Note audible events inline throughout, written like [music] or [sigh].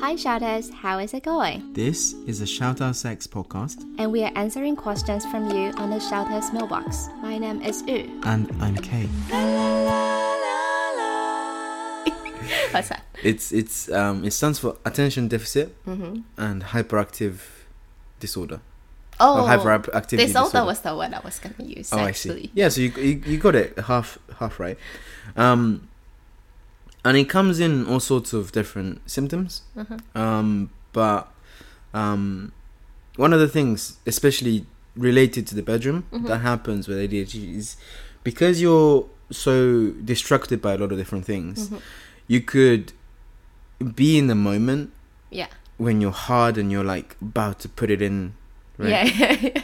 Hi, shouters, how is it going? This is a Shout Out Sex podcast, And we are answering questions from you on the shouters mailbox. My name is Yu. [laughs] and I'm Kay. What's that? It's it's um it stands for attention deficit and hyperactive disorder. Oh, hyperactivity this disorder. was the one I was going to use. Oh, I actually. see. Yeah, so you, you you got it half half right, um, and it comes in all sorts of different symptoms. Mm-hmm. Um, but um, one of the things, especially related to the bedroom, that happens with ADHD is because you're so distracted by a lot of different Mm-hmm. things, you could be in the moment Yeah. when you're hard and you're like about to put it in. Right? Mm-hmm. Yeah.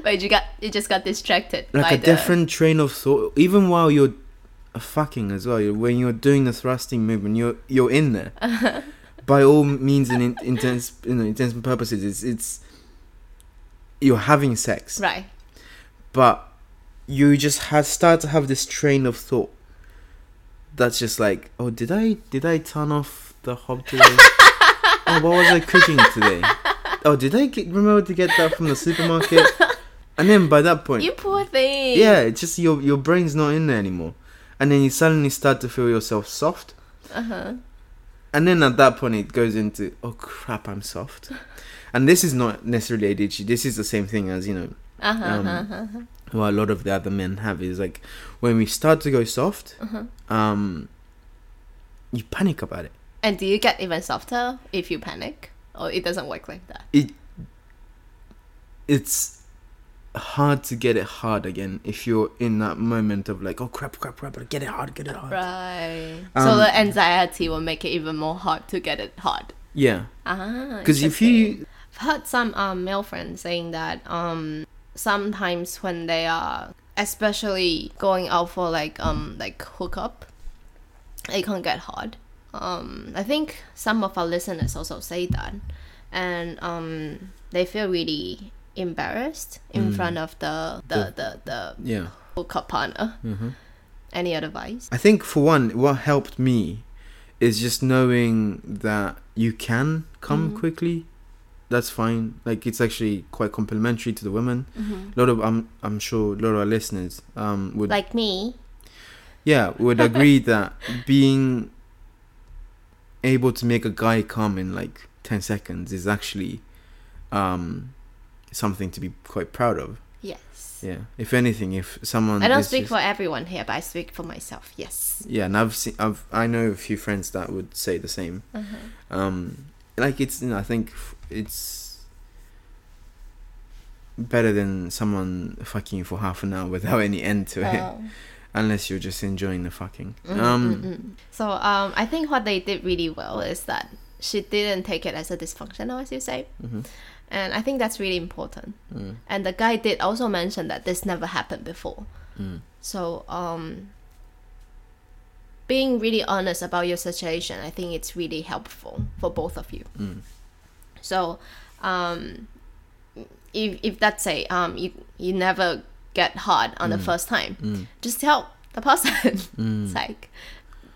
[laughs] but you got you just got distracted by like a the different train of thought even while you're fucking as well you're, when you're doing the thrusting movement you're you're in there [laughs] by all means and in, intense you know, intense purposes it's it's you're having sex right. but you just had start to have this train of thought that's just like oh did i did i turn off the hob [laughs] today oh what was i cooking today oh did i get, remember to get that from the supermarket [laughs] and then by that point You poor thing. yeah, it's just your your brain's not in there anymore, and then you suddenly start to feel yourself soft, Uh huh. and then at that point it goes into oh crap, I'm soft, and this is not necessarily ADHD. This is the same thing as you know Uh huh. Um, uh-huh. what a lot of the other men have is like when we start to go soft, um, you panic about it. And do you get even softer if you panic, or it doesn't work like that? It it's hard to get it hard again if you're in that moment of like oh crap crap crap get it hard get it hard Right. Um, so the anxiety will make it even more hard to get it hard. yeah Ah. because if interesting. you I've heard some um, male friends saying that um, sometimes when they are, especially going out for like um like hookup, it can get hard. Um, I think some of our listeners also say that, and um, they feel really embarrassed in Mm. front of the the the, the, yeah mm-hmm. hookup partner. Any advice? I think for one, what helped me is just knowing that you can come Mm. quickly. That's fine. Like it's actually quite complimentary to the women. A lot of I'm I'm sure a lot of our listeners um would Like me, yeah [laughs] would agree that being able to make a guy come in like ten seconds is actually um something to be quite proud of. yes. Yeah. If anything, if someone I don't is speak just- for everyone here, but I speak for myself. Yes. Yeah, and I've seen, I've, I know a few friends that would say the same. Um, like it's, you know, I think f- it's better than someone fucking you for half an hour without any end to it, Um, [laughs] unless you're just enjoying the fucking. Mm, Um, mm, mm. So um, I think what they did really well is that she didn't take it as a dysfunctional, as you say, mm-hmm, and I think that's really important. And the guy did also mention that this never happened before. mm-hmm, So um, being really honest about your situation, I think it's really helpful for both of you. mm-hmm. So um, if if that's say um, you you never get hard on Mm. the first time, just tell the person. [laughs] it's like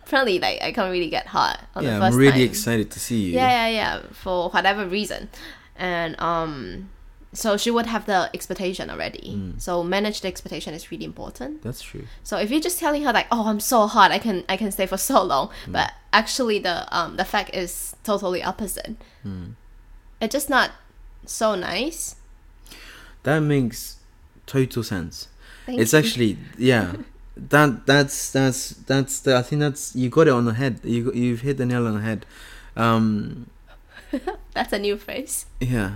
probably like I can't really get hard on the yeah, first I'm really time. excited to see you. Yeah, yeah, yeah. For whatever reason, and um, so she would have the expectation already. Mm. So manage the expectation is really important. That's true. So if you're just telling her like, oh, I'm so hot, I can I can stay for so long, but actually the um the fact is totally opposite. It's just not so nice. That makes total sense. Thank it's actually [laughs] yeah. That that's that's that's the, I think that's you got it on the head. You you've hit the nail on the head. Um, That's a new phrase. Yeah.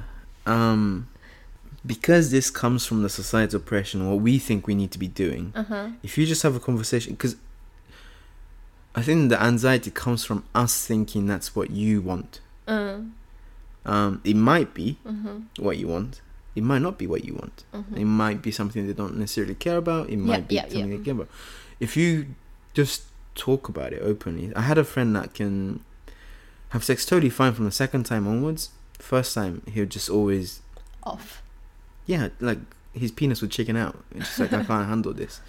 Um because this comes from the societal oppression, what we think we need to be doing. Uh-huh. If you just have a conversation, because I think the anxiety comes from us thinking that's what you want. Mm, Um, it might be mm-hmm, what you want. It might not be what you want. It might be something they don't necessarily care about. It might be yeah, yeah. something they care about. If you just talk about it openly, I had a friend that can have sex totally fine from the second time onwards. First time, he would just always, Off. yeah, like his penis would chicken out. It's just like I can't handle this.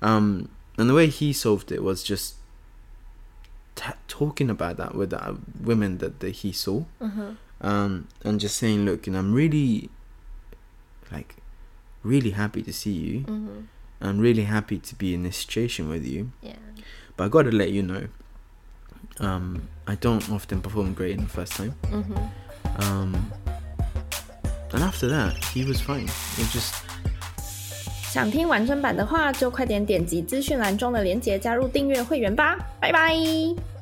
Um, and the way he solved it was just talking about that with the women that, that he saw Uh-huh. um, and just saying, look, you know, I'm really, like, really happy to see you. Mm-hmm. I'm really happy to be in this situation with you. Yeah. But I gotta let you know, um, I don't often perform great in the first time. Mm-hmm. Um, and after that, he was fine. It just 想听完整版的话，就快点点击资讯栏中的链接加入订阅会员吧，拜拜。